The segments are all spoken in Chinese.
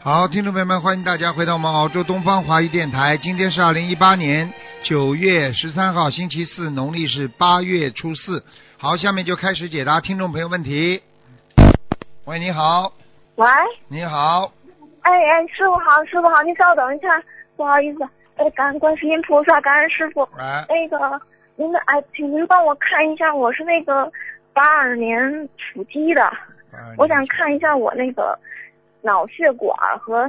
好，听众朋友们，欢迎大家回到我们澳洲东方华语电台。今天是二零一八年九月十三号，星期四，农历是八月初四。好，下面就开始解答听众朋友问题。喂，你好，喂，你好，哎哎，师傅好，师傅好，您稍等一下，不好意思，哎，感恩观世音菩萨，感恩师傅。喂，那个，您的哎，请您帮我看一下，我是那个八二年属鸡的，我想看一下我那个脑血管和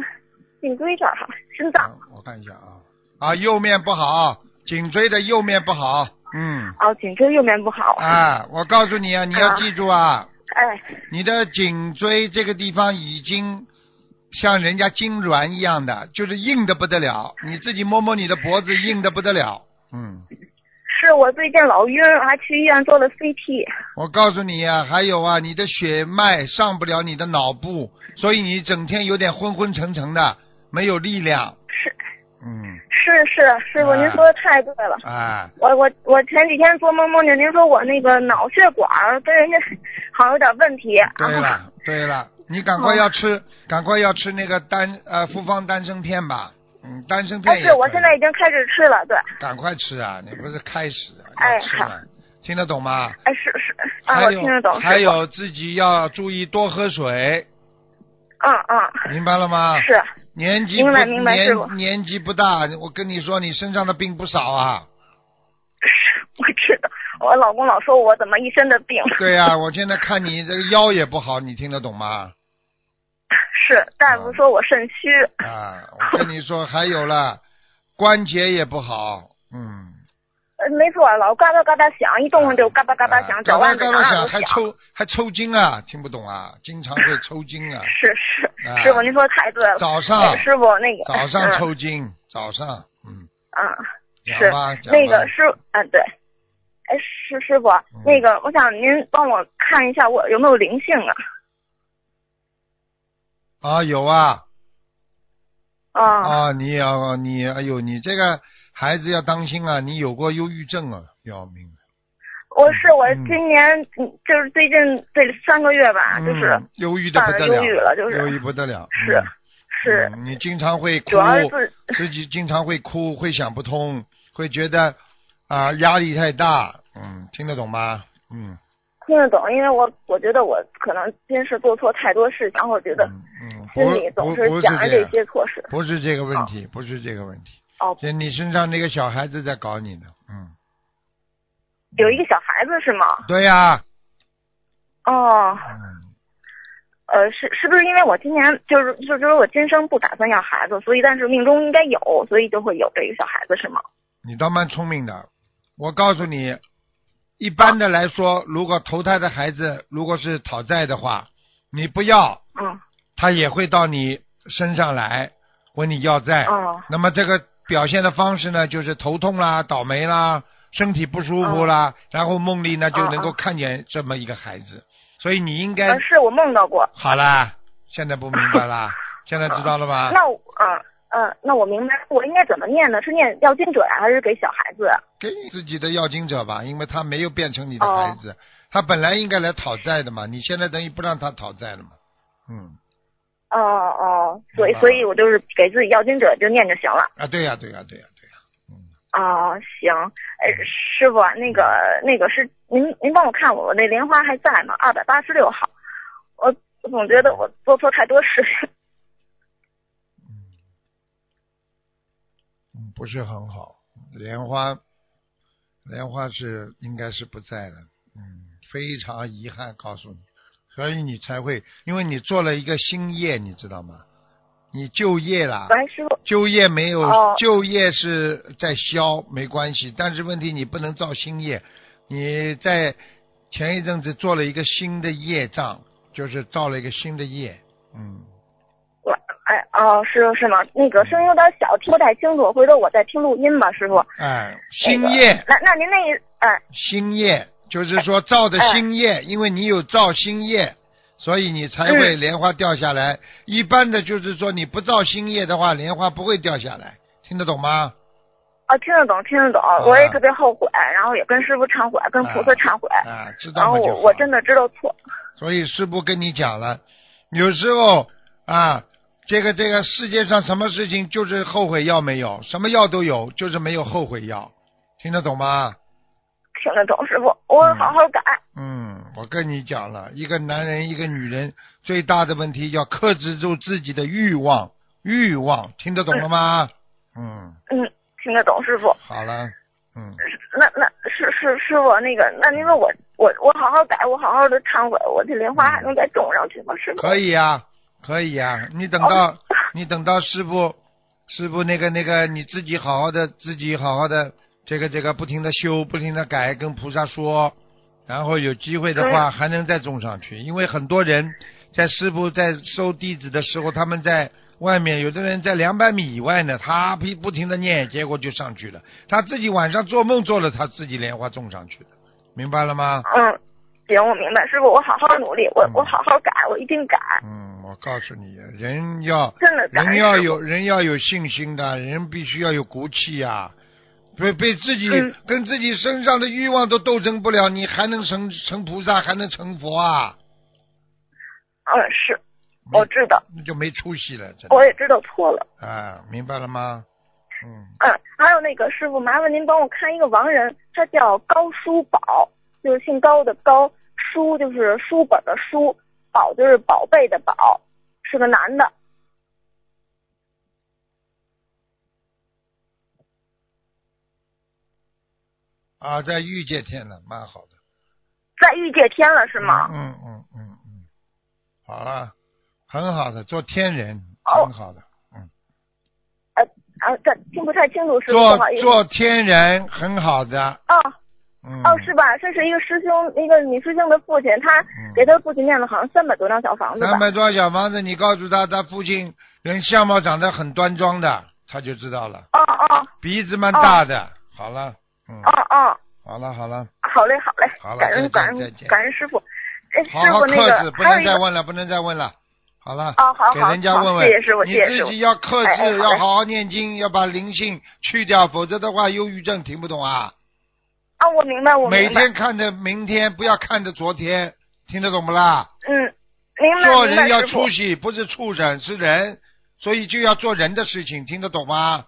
颈椎这儿哈，心脏。嗯我看一下啊，啊，右面不好，啊颈椎的右面不好，嗯，哦，颈椎右面不好。啊，我告诉你啊，你要啊记住啊，哎，你的颈椎这个地方已经像人家痉挛一样的，就是硬的不得了。你自己摸摸你的脖子，硬的不得了。嗯，是我最近老晕，还去医院做了 CT。我告诉你啊，还有啊，你的血脉上不了你的脑部，所以你整天有点昏昏沉沉的，没有力量。是嗯，是是，师傅啊您说的太对了。哎，我我我前几天做梦梦见您说我那个脑血管儿跟人家 好像有点问题。对啊，了，对了，你赶快哦要吃，赶快要吃那个丹呃复方丹参片吧。嗯，丹参但片也啊是我可以现在已经开始吃了，对，赶快吃啊！你不是开始啊？哎要吃了，听得懂吗？哎是是，啊还我有听得懂，还师傅，有自己要注意多喝水，嗯嗯，明白了吗？是年纪明不白明白师傅年年纪不大，我跟你说，你身上的病不少 啊。是，我知道，我老公老说我怎么一身的病，对呀、我现在看你这个腰也不好，你听得懂吗？是大夫说我肾虚，啊，我跟你说，还有了，关节也不好，嗯，呃没错，老嘎巴嘎巴响，一动上就嘎巴嘎巴响，啊脚嘎腕巴嘎子哪巴哪响，都还响，抽还抽筋啊，听不懂啊，经常会抽筋啊，是是啊，哎师傅您说的太对了，早上哎师傅那个早上嗯抽筋，早上，嗯，嗯。讲是吧，讲吧，那个师，嗯，对，哎，师师傅，嗯那个我想您帮我看一下我有没有灵性啊？啊有啊，啊，啊，你也要你，哎呦，你这个孩子要当心啊！你有过忧郁症啊，要命！我是我嗯今年嗯就是最近这三个月吧，啊就是嗯、忧郁的不得了，犯了忧郁了就是忧郁不得了。是嗯是嗯你经常会哭主，要是自自己经常会哭，会想不通，会觉得啊、压力太大。嗯，听得懂吗？嗯，听得懂，因为我我觉得我可能今世做错太多事情，然后觉得嗯嗯，心不里总不不是是想着这这样，些错事。不是这个问题，不是这个问题，哦，就你身上那个小孩子在搞你呢。嗯，有一个小孩子是吗？对呀、哦，嗯，呃，是是不是因为我今年就是就就是我今生不打算要孩子，所以但是命中应该有，所以就会有这个小孩子是吗？你倒蛮聪明的。我告诉你，一般的来说，如果投胎的孩子如果是讨债的话，你不要，嗯，他也会到你身上来问你要债。哦。那么这个表现的方式呢，就是头痛啦、倒霉啦、身体不舒服啦，然后梦里呢就能够哦看见这么一个孩子。所以你应该、呃，是我梦到过。好啦，现在不明白啦，现在知道了 吧？那我嗯嗯，那我明白，我应该怎么念呢？是念要经者呀、还是给小孩子？给你自己的要经者吧，因为他没有变成你的孩子，他本来应该来讨债的嘛，你现在等于不让他讨债了嘛，嗯哦哦，所以明白所以我就是给自己要经者就念就行了。啊，对呀、对呀、对呀、对呀、哦，行，哎，师傅啊，那个那个是您您帮我看我那莲花还在吗？二百八十六号，我我总觉得我做错太多事情。嗯，不是很好，莲花，莲花是应该是不在了，嗯，非常遗憾告诉你，所以你才会，因为你做了一个新业，你知道吗？你就业啦，喂，师傅，就业没有，哦就业是在消没关系，但是问题你不能造新业。你在前一阵子做了一个新的业障，就是造了一个新的业，嗯，我哎哦，师傅是吗？那个声音有点小，听不太清楚，回头我再听录音吧，师傅。哎，那新个业，那那您那一哎新业就是说造的新业，因为你有造新业，所以你才嗯会莲花掉下来。一般的就是说你不造新业的话，莲花不会掉下来，听得懂吗？啊，听得懂，听得懂，我也特别后悔，然后也跟师傅忏悔，跟菩萨忏悔，啊，知然道后吗？就我好哎哦我真的知道错，所以师傅跟你讲了，有时候啊，这个这个世界上什么事情就是后悔药没有，什么药都有，就是没有后悔药，听得懂吗？听得懂，师傅，我会好好改。嗯，我跟你讲了，一个男人一个女人最大的问题要克制住自己的欲望，欲望听得懂了吗？嗯。嗯，听得懂，师傅。好了，嗯。那那是是是我那个，那您说我我我好好改，我好好的忏悔，我这莲花还能再种上去吗？师傅？嗯可以啊，可以啊，你等到、哦你等到师傅师傅那个那个你自己好好的自己好好的这个这个不停的修不停的改跟菩萨说，然后有机会的话还能再种上去，因为很多人在师傅在收弟子的时候，他们在外面有的人在两百米以外呢，他不不停的念，结果就上去了，他自己晚上做梦做了，他自己莲花种上去的，明白了吗？嗯，行，我明白，师傅，我好好努力，我我好好改，我一定改，嗯，我告诉你，人要真 的改。人要师傅有人要有信心的，人必须要有骨气呀、被被自己、嗯跟自己身上的欲望都斗争不了，你还能成成菩萨，还能成佛啊？嗯，是，我知道，那就没出息了，真我的也知道错了。啊，明白了吗？嗯，嗯，还有那个师傅，麻烦您帮我看一个亡人，他叫高书宝，就是姓高的高，书就是书本的书，宝就是宝贝的宝，是个男的。啊，在欲界天了，蛮好的。在欲界天了是吗？嗯嗯嗯嗯，好了，很好的，做天人，哦很好的。嗯，啊，这听不太清楚，师傅，不做好意思。做天人很好的，哦嗯，哦，是吧？这是一个师兄，一个女师兄的父亲，他嗯给他父亲念了好像三百多张小房子吧三？百多小房子，你告诉他，他父亲人相貌长得很端庄的，他就知道了，哦哦鼻子蛮大的。好了，嗯，哦哦，好了好了，好嘞好嘞好，了感再恩见感再恩见感恩师傅。哎，好师好傅那克制，个不还有能一再个问了，不能再问了。好了，哦好给好人家好问问，谢谢师傅你谢谢师自傅己要克制，哎哎好嘞要好好念经，要把灵性去掉，否则的话，忧郁症听不懂啊。啊，我明白我每明白。天看着明天，不要看着昨天，听得懂不啦？嗯，明白做明白，人要师傅出。息，不是畜生，是人，所以就要做人的事情，听得懂吗？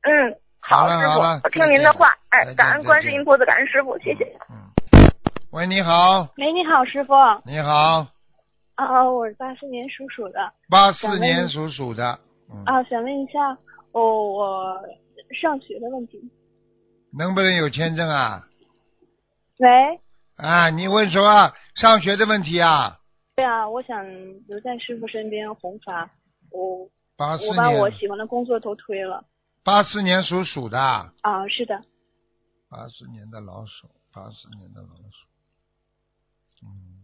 嗯，好了师好了傅，我听您的话，再见哎，感再恩见观世音菩萨，感恩师傅，谢谢。嗯。喂，你好，喂，你好，师傅。你好，啊，我是八四年属鼠的。八想四问年你属鼠的，嗯，啊，想问一下，我、哦我上学的问题。能不能有签证啊？喂，啊，你问什么上学的问题啊？对啊，我想留在师傅身边弘法。我哦八啊四我把我年，喜欢的工作都推了。八四年属鼠的，啊，是的。八四年的老鼠，八四年的老鼠，嗯，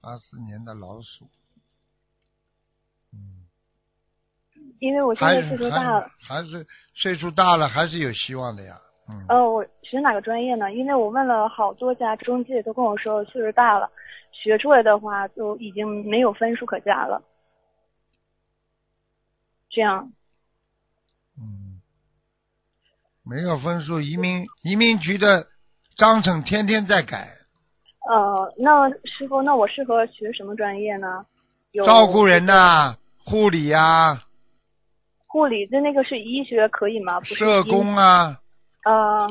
八四年的老鼠，嗯，因为我现还在是岁数大还了。还是岁数大了，还是有希望的呀，嗯，呃，我学哪个专业呢？因为我问了好多家中介，都跟我说岁数大了，学出来的话就已经没有分数可加了。这样，嗯，没有分数，移民移民局的章程天天在改，呃，那师傅，那我适合学什么专业呢？有照顾人呐、护理啊，护理的那个是医学可以吗？不是社医工啊，呃，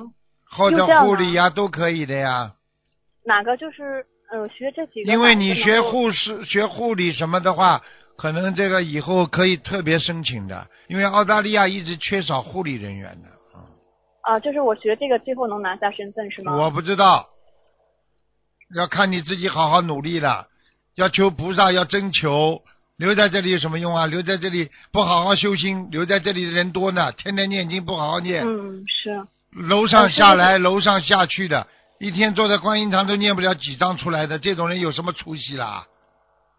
或者幼教护呢理啊，都可以的呀。哪个就是嗯、呃学这几个哪个能够？因为你学护士、学护理什么的话，可能这个以后可以特别申请的，因为澳大利亚一直缺少护理人员的。啊、就是我学这个最后能拿下身份是吗？我不知道，要看你自己好好努力了，要求菩萨，要真求。留在这里有什么用啊？留在这里不好好修心，留在这里的人多呢，天天念经不好好念，嗯是楼上下哦来，楼上下去的，一天坐在观音堂都念不了几张出来的，这种人有什么出息啦？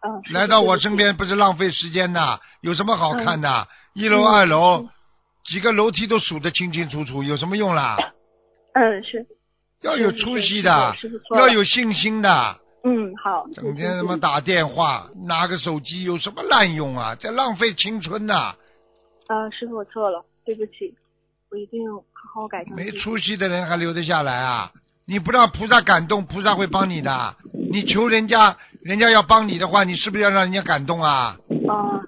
嗯、是来的到对我不身起边不是浪费时间呐？有什么好看嗯的？一楼、二楼，几个楼梯都数得清清楚楚，有什么用啦？嗯是要有出息的的，，是不错要了有信心的。嗯好整天他妈打电话，拿个手机有什么滥用啊？在浪费青春呐、啊、师傅我错了，对不起，我一定好好改正自没己。出息的人还留得下来啊？你不让菩萨感动，菩萨会帮你的。你求人家，人家要帮你的话，你是不是要让人家感动啊？啊、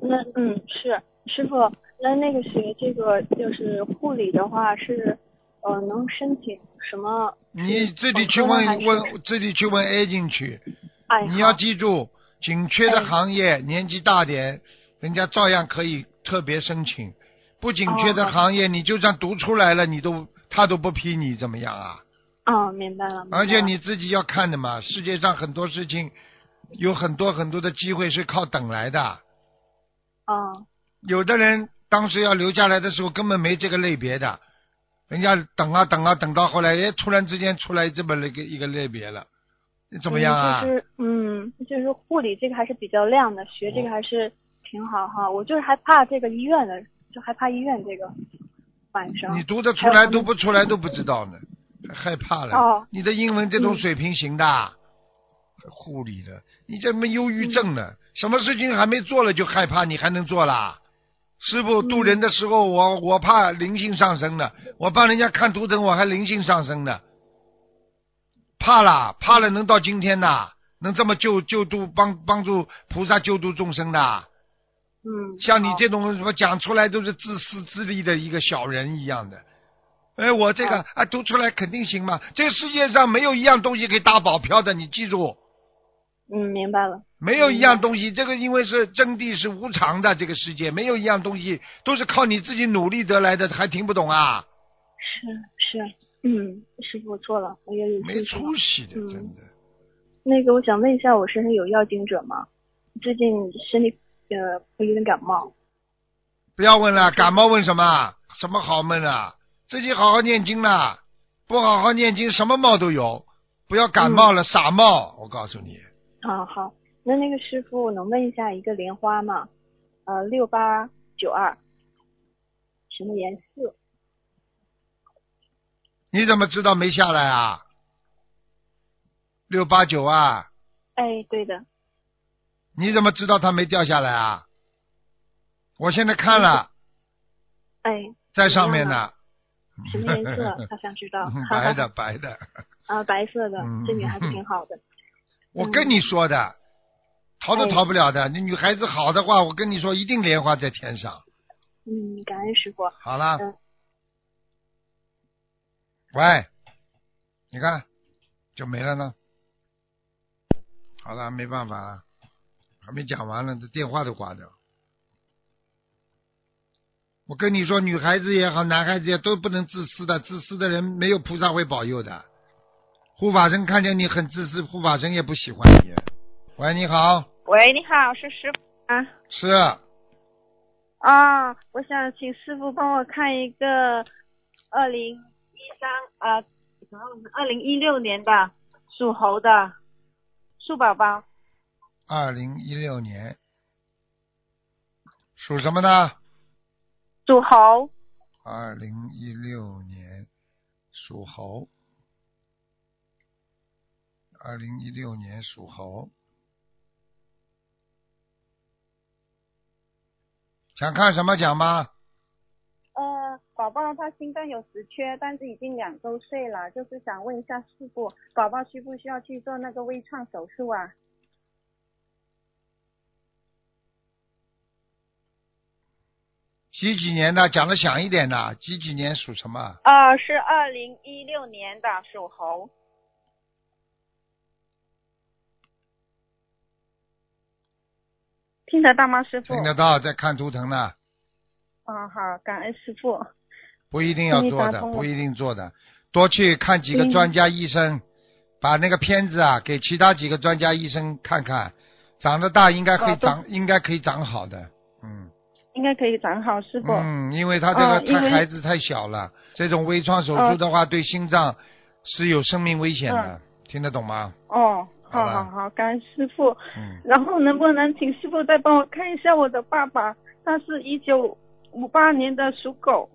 那嗯是师傅，那那个学这个就是护理的话是，呃，能申请什么？你自己去本科呢问问，自己去问 A 进去。还是哎，你好要记住，紧缺的哎行业年纪大点，人家照样可以特别申请；不紧缺哦的好行业，你就算读出来了，你都他都不批你怎么样啊？嗯，明白了。明白了而且你自己要看的嘛，世界上很多事情，有很多很多的机会是靠等来的。嗯有的人当时要留下来的时候根本没这个类别的，人家等啊等啊等到后来，哎，突然之间出来这么一个一个类别了，你怎么样啊？嗯就是嗯，就是护理这个还是比较亮的，学这哦个还是挺好哈。我就是害怕这个医院的，就害怕医院这个晚上你。读得出来还有他们读不出来都不知道呢，还害怕了。哦你的英文这种嗯水平行的啊，护理的，你这没忧郁嗯症呢？什么事情还没做了就害怕，你还能做啦？师傅嗯渡人的时候，我我怕灵性上升呢，我帮人家看图腾，我还灵性上升呢，怕啦，怕了能到今天呐，能这么救救度帮帮助菩萨救度众生的啊。嗯，像你好这种什么讲出来都是自私自利的一个小人一样的。哎，我这个嗯啊，读出来肯定行嘛。这个世界上没有一样东西可以打保票的，你记住，嗯，明白了。没有一嗯样东西。这个因为是真谛是无常的，这个世界没有一样东西都是靠你自己努力得来的，还听不懂啊？是是，嗯，师傅我错了，我也有没错出息的，嗯真的。那个，我想问一下，我身上有药精者吗？最近身体呃有点感冒。不要问了，感冒问什么？什么好问啊？自己好好念经啦，不好好念经，什么冒都有。不要感冒了，嗯傻冒，我告诉你。啊，好，那那个师傅，我能问一下一个莲花吗？呃，六八九二，什么颜色？你怎么知道没下来啊？六八九啊，哎，对的，你怎么知道它没掉下来啊？我现在看了， 哎，在上面呢，什么颜色？他想知道。嗯 白的白的。啊，白色的嗯，这女孩子挺好的。我跟你说的，逃都哎逃不了的。你女孩子好的话，我跟你说，一定莲花在天上。嗯，感恩师傅。好啦嗯，喂，你看就没了呢。好了，没办法了，还没讲完呢，这电话都挂掉。我跟你说，女孩子也好，男孩子也都不能自私的，自私的人没有菩萨会保佑的。护法神看见你很自私，护法神也不喜欢你。喂，你好，喂，你好，是师傅啊。是啊、我想请师傅帮我看一个二零一三啊，二零一六年的属猴的树宝宝，二零一六年，属什么呢？属猴。二零一六年属猴，二零一六年属猴，想看什么讲吧？呃，宝宝他心脏有十缺，但是已经两周岁了，啊就是想问一下师傅，宝宝需不需要去做那个微创手术啊？几几年的？讲的响一点的。几几年属什么？啊、是二零一六年的属猴。听得到吗，师傅？听得到，在看图腾呢，啊，好，感恩师傅。不一定要做终于打的，通了不一定做的，多去看几个嗯专家医生，把那个片子啊给其他几个专家医生看看，长得大应该会好的长，应该可以长好的，嗯。应该可以长好，师傅。嗯，因为他这个嗯因他为孩子太小了，这种微创手术的话，对心脏是有生命危险嗯的，听得懂吗？哦，好好了好好，感恩师傅。嗯，然后能不能请师傅再帮我看一下我的爸爸？他是一九五八年的属狗。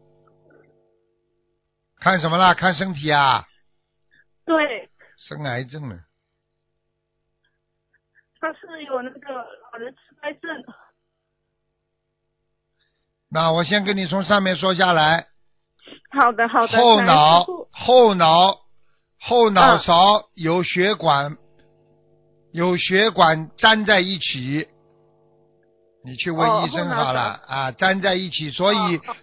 看什么啦？看身体啊，对，生癌症了，他是有那个老人痴呆症。那我先跟你从上面说下来，好的，好的。后感恩脑师傅后脑后脑嗯勺有血管、有血管粘在一起，你去问医生好了、啊，粘在一起，所以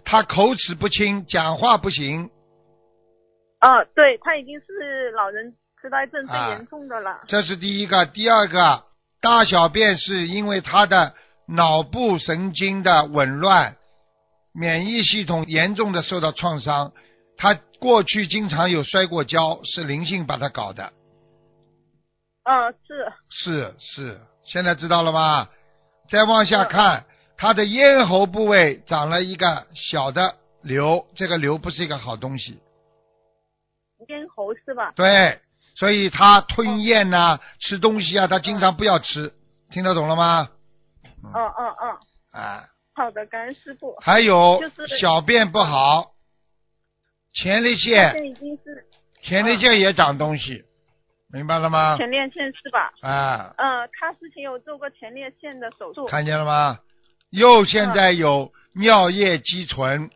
他口齿不清，讲话不行哦，对他已经是老人痴呆症最啊严重的了。这是第一个，第二个，大小便是因为他的脑部神经的紊乱，免疫系统严重的受到创伤。他过去经常有摔过跤，是灵性把他搞的。嗯，是是是，现在知道了吧？再往下看，他的咽喉部位长了一个小的瘤，这个瘤不是一个好东西。咽喉是吧？对，所以他吞咽呐、吃东西啊，他经常不要吃，听得懂了吗？嗯嗯嗯，啊。好的，感恩师傅。还有就是小便不好，前列现在腺已经是前列腺也长东西，明白了吗？前列腺是吧？啊，嗯，他之前有做过前列腺的手术。看见了吗？又现在有尿液积存，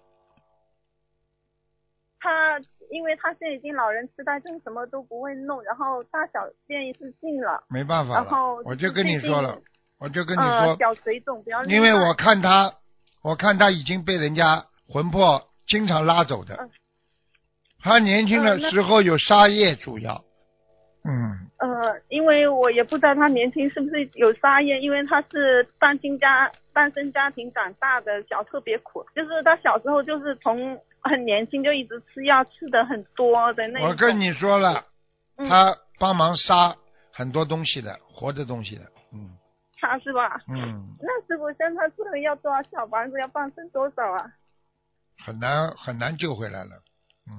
他因为他现在已经老人痴呆症，什么都不会弄，然后大小便也是禁了，没办法然后了，我就跟你说了最近，我就跟你呃，说，小水肿不要另因为外我看他，我看他已经被人家魂魄经常拉走的嗯。他年轻的嗯那时候有杀业主要，嗯，呃，因为我也不知道他年轻是不是有沙业，因为他是单亲家单身家庭长大的，小特别苦，就是他小时候就是从很年轻就一直吃药，吃的很多的那一种。我跟你说了，嗯他帮忙杀很多东西的，活的东西的，嗯他是吧？嗯，那师傅像他这个要多少小房子要放生多少啊？很难很难救回来了，嗯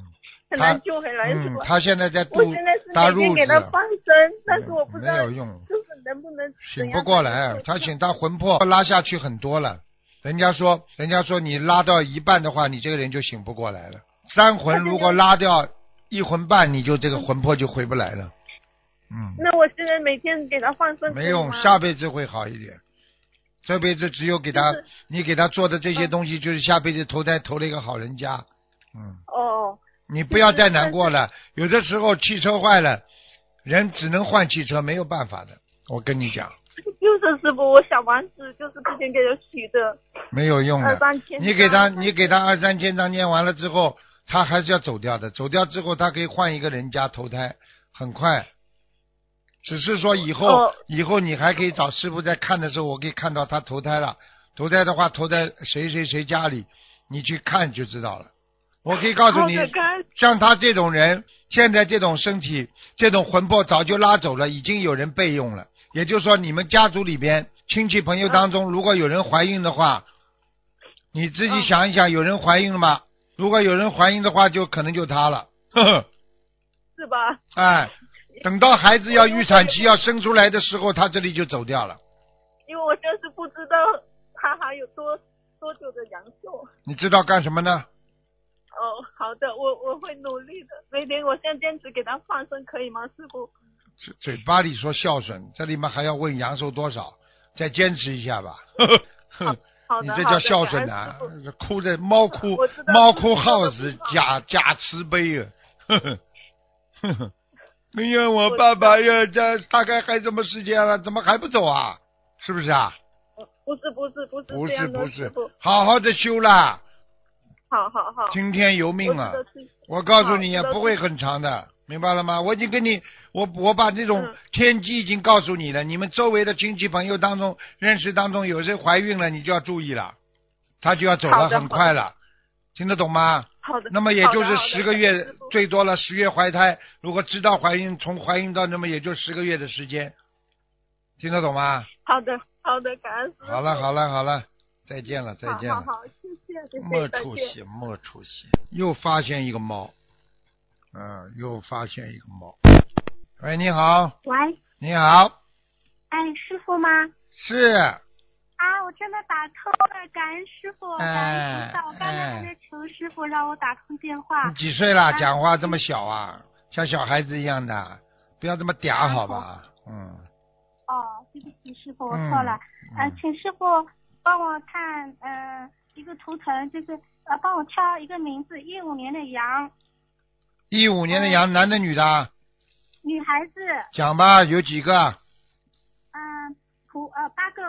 很他难救回来，是嗯，吧？他现在在我肚现在是打每褥天给他啊子，嗯放生，但是我不知没道有用，就是能不能怎醒样不过才能来，救他醒他魂魄拉下去很多了，人家说人家说你拉到一半的话，你这个人就醒不过来了，三魂如果拉掉一魂半，你就这个魂魄就回不来了，嗯。那我现在每天给他放生没可以用，吗下辈子会好一点。这辈子只有给他，就是你给他做的这些东西，就是下辈子投胎投了一个好人家。嗯，哦，你不要再难过了。有的时候汽车坏了，人只能换汽车，没有办法的。我跟你讲，就是师傅，我小房子就是之前给他许的。没有用二的。三千张。嗯你给他，你给他二三千张念完了之后，他还是要走掉的。走掉之后，他可以换一个人家投胎，很快。只是说以后，哦以后你还可以找师傅在看的时候，我可以看到他投胎了。投胎的话，投在谁谁谁家里，你去看就知道了。我可以告哦诉你好的，感恩像他这种人，现在这种身体、这种魂魄早就拉走了，已经有人备用了。也就是说，你们家族里边亲戚朋友当中，如果有人怀孕的话，你自己嗯想一想，有人怀孕了吗？如果有人怀孕的话，就可能就他了。呵呵，是吧？哎，等到孩子要预产期要生出来的时候，他这里就走掉了。因为我就是不知道他还有多多久的阳寿。你知道干什么呢？哦，好的，我我会努力的。每天我现在坚持给他放生，可以吗，师傅？嘴嘴巴里说孝顺，这里面还要问阳寿多少，再坚持一下吧。呵呵哼 好你的，这好叫的孝顺感呐恩师、哭的猫哭我知道猫哭耗我子知道假假慈悲 啊！ 呵呵呵呵，哎呀，我爸爸呀，这大概还这么时间了，怎么还不走啊？是不是啊？傅。不是不是不是不这是样的不师是傅，好好的修啦，好好好，听天由我命啊知！道是我告诉你好也知道不会很长的，明白了吗？我已经跟你，我我把这种嗯天机已经告诉你了。你们周围的亲戚朋友当中，认识当中，有谁怀孕了，你就要注意了，她就要走了，好的很快了，听得懂吗？好的。那么也好的就是好的十个感恩月师傅最多了，十月怀胎，如果知道怀孕，从怀孕到那么也就十个月的时间，听得懂吗？好的嗯好的，感恩师傅。好了好了好了，再见了再见好了，好好，谢谢谢莫谢，再出见。息莫出息，又发现一个猫，嗯，又发现一个猫。喂，你好，喂，你好，哎，师傅吗？是，啊，我真的打通了，感恩师傅，感恩菩萨。我刚才还在求师傅让我打通电话你。几岁了？啊讲话这么小啊，嗯像小孩子一样的，啊不要这么嗲好吧？嗯，哦，对不起，师傅，我错了。嗯呃，请师傅帮我看，嗯、一个图腾，就是呃，帮我挑一个名字，一五年的羊，一五年的嗯羊，男的女的？女孩子，讲吧，有几个？嗯、图呃八个，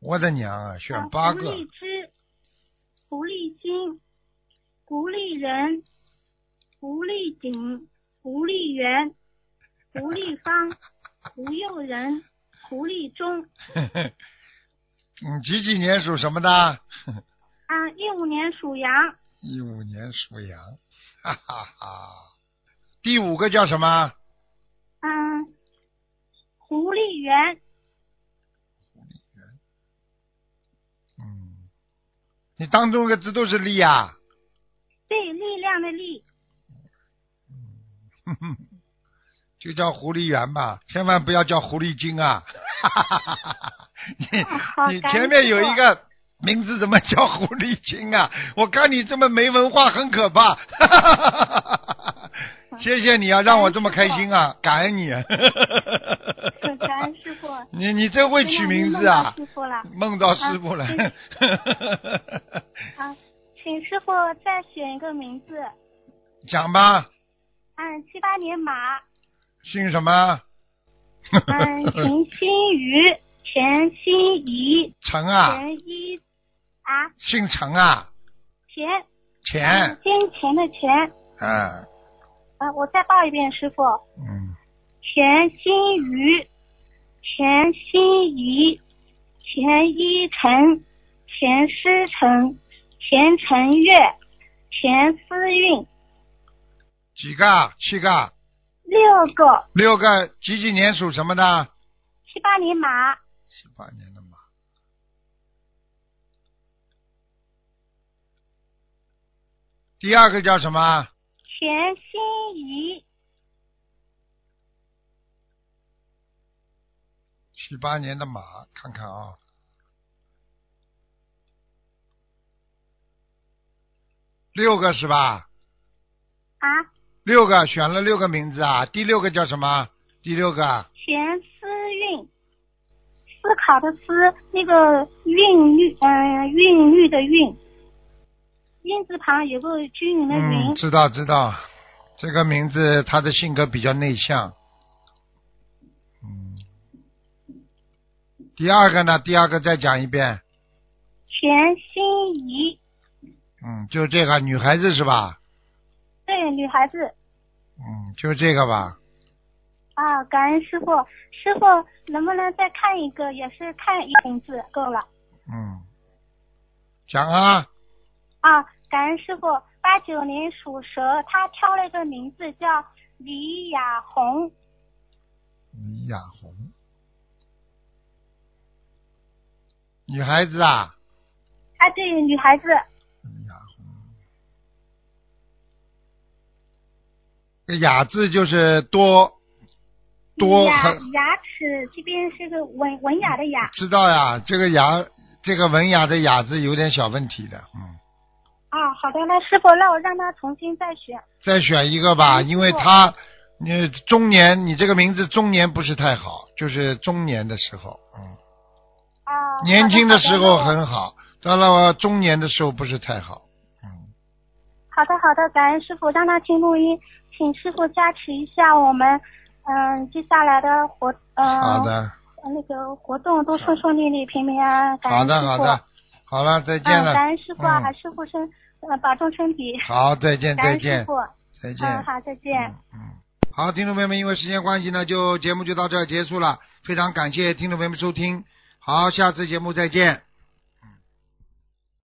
我的娘啊，选啊八狐个，狸精，狐狸精，狐狸人，狐狸精，狐狸园，狐狸方，狐幼人，狐狸中。 你几几年属什么的？啊，一五年属羊，一五年属羊，哈哈哈。第五个叫什么？嗯，狐狸园，嗯，你当中个字都是力啊。对，力量的力，哼哼，就叫狐狸园吧，千万不要叫狐狸精啊！好你你感前恩面师有父一个名字怎么叫狐狸精啊？我看你这么没文化，很可怕。 谢谢你啊，让我这么开心啊，感恩你。感恩师傅。 你你真会取名字啊！真的已经梦到师傅了梦到师傅了。 啊，请师傅再选一个名字。讲吧，嗯，七八年马，姓什么？ 嗯，陈心瑜，陈心怡，陈啊，陈一啊，姓陈啊，钱，钱嗯，金钱的钱。啊，啊，我再报一遍，师傅，嗯，钱心瑜，钱心怡，钱一晨，钱思成，钱晨月，钱思韵，几个啊？七个啊？六个，六个几几年属什么的？七八年马，十八年的马。第二个叫什么？钱心怡，七八年的马，看看啊。六个是吧？啊，六个选了六个名字啊，第六个叫什么？第六个啊钱思韵，思考的思，那个韵律，嗯、韵律的韵，韵字旁有个均匀的嗯，匀，知道知道，这个名字他的性格比较内向。嗯，第二个呢？第二个再讲一遍。钱心怡，嗯，就这个女孩子是吧？对，女孩子嗯，就这个吧。啊，感恩师傅，师傅能不能再看一个，也是看一个名字够了嗯，讲啊，啊，感恩师傅，八九年属蛇，他挑了一个名字叫李雅红，李雅红，女孩子啊，啊，对，女孩子，李雅红，这雅字就是多多牙很牙齿这边是个文文雅的雅知道呀，这个雅这个文雅的雅字有点小问题的，嗯。啊。好的，那师傅，那我让他重新再选。再选一个吧，没错因为他，你中年，你这个名字中年不是太好，就是中年的时候，嗯，哦啊，年轻的时候好的很好，到了中年的时候不是太好，嗯，好的好的，感恩师傅，让他听录音，请师傅加持一下我们，嗯，接下来的活，嗯，好，的，那个活动都顺顺利利、平平安安。感好恩的，师好傅嗯的，好了，再见嗯，感了，恩师傅啊，嗯还师傅身，呃，保重身体。好，再见，感再恩师见傅，，再见，嗯，好，再见。嗯，嗯好，听众朋友们，因为时间关系呢，就节目就到这儿结束了，非常感谢听众朋友们收听，好，下次节目再见。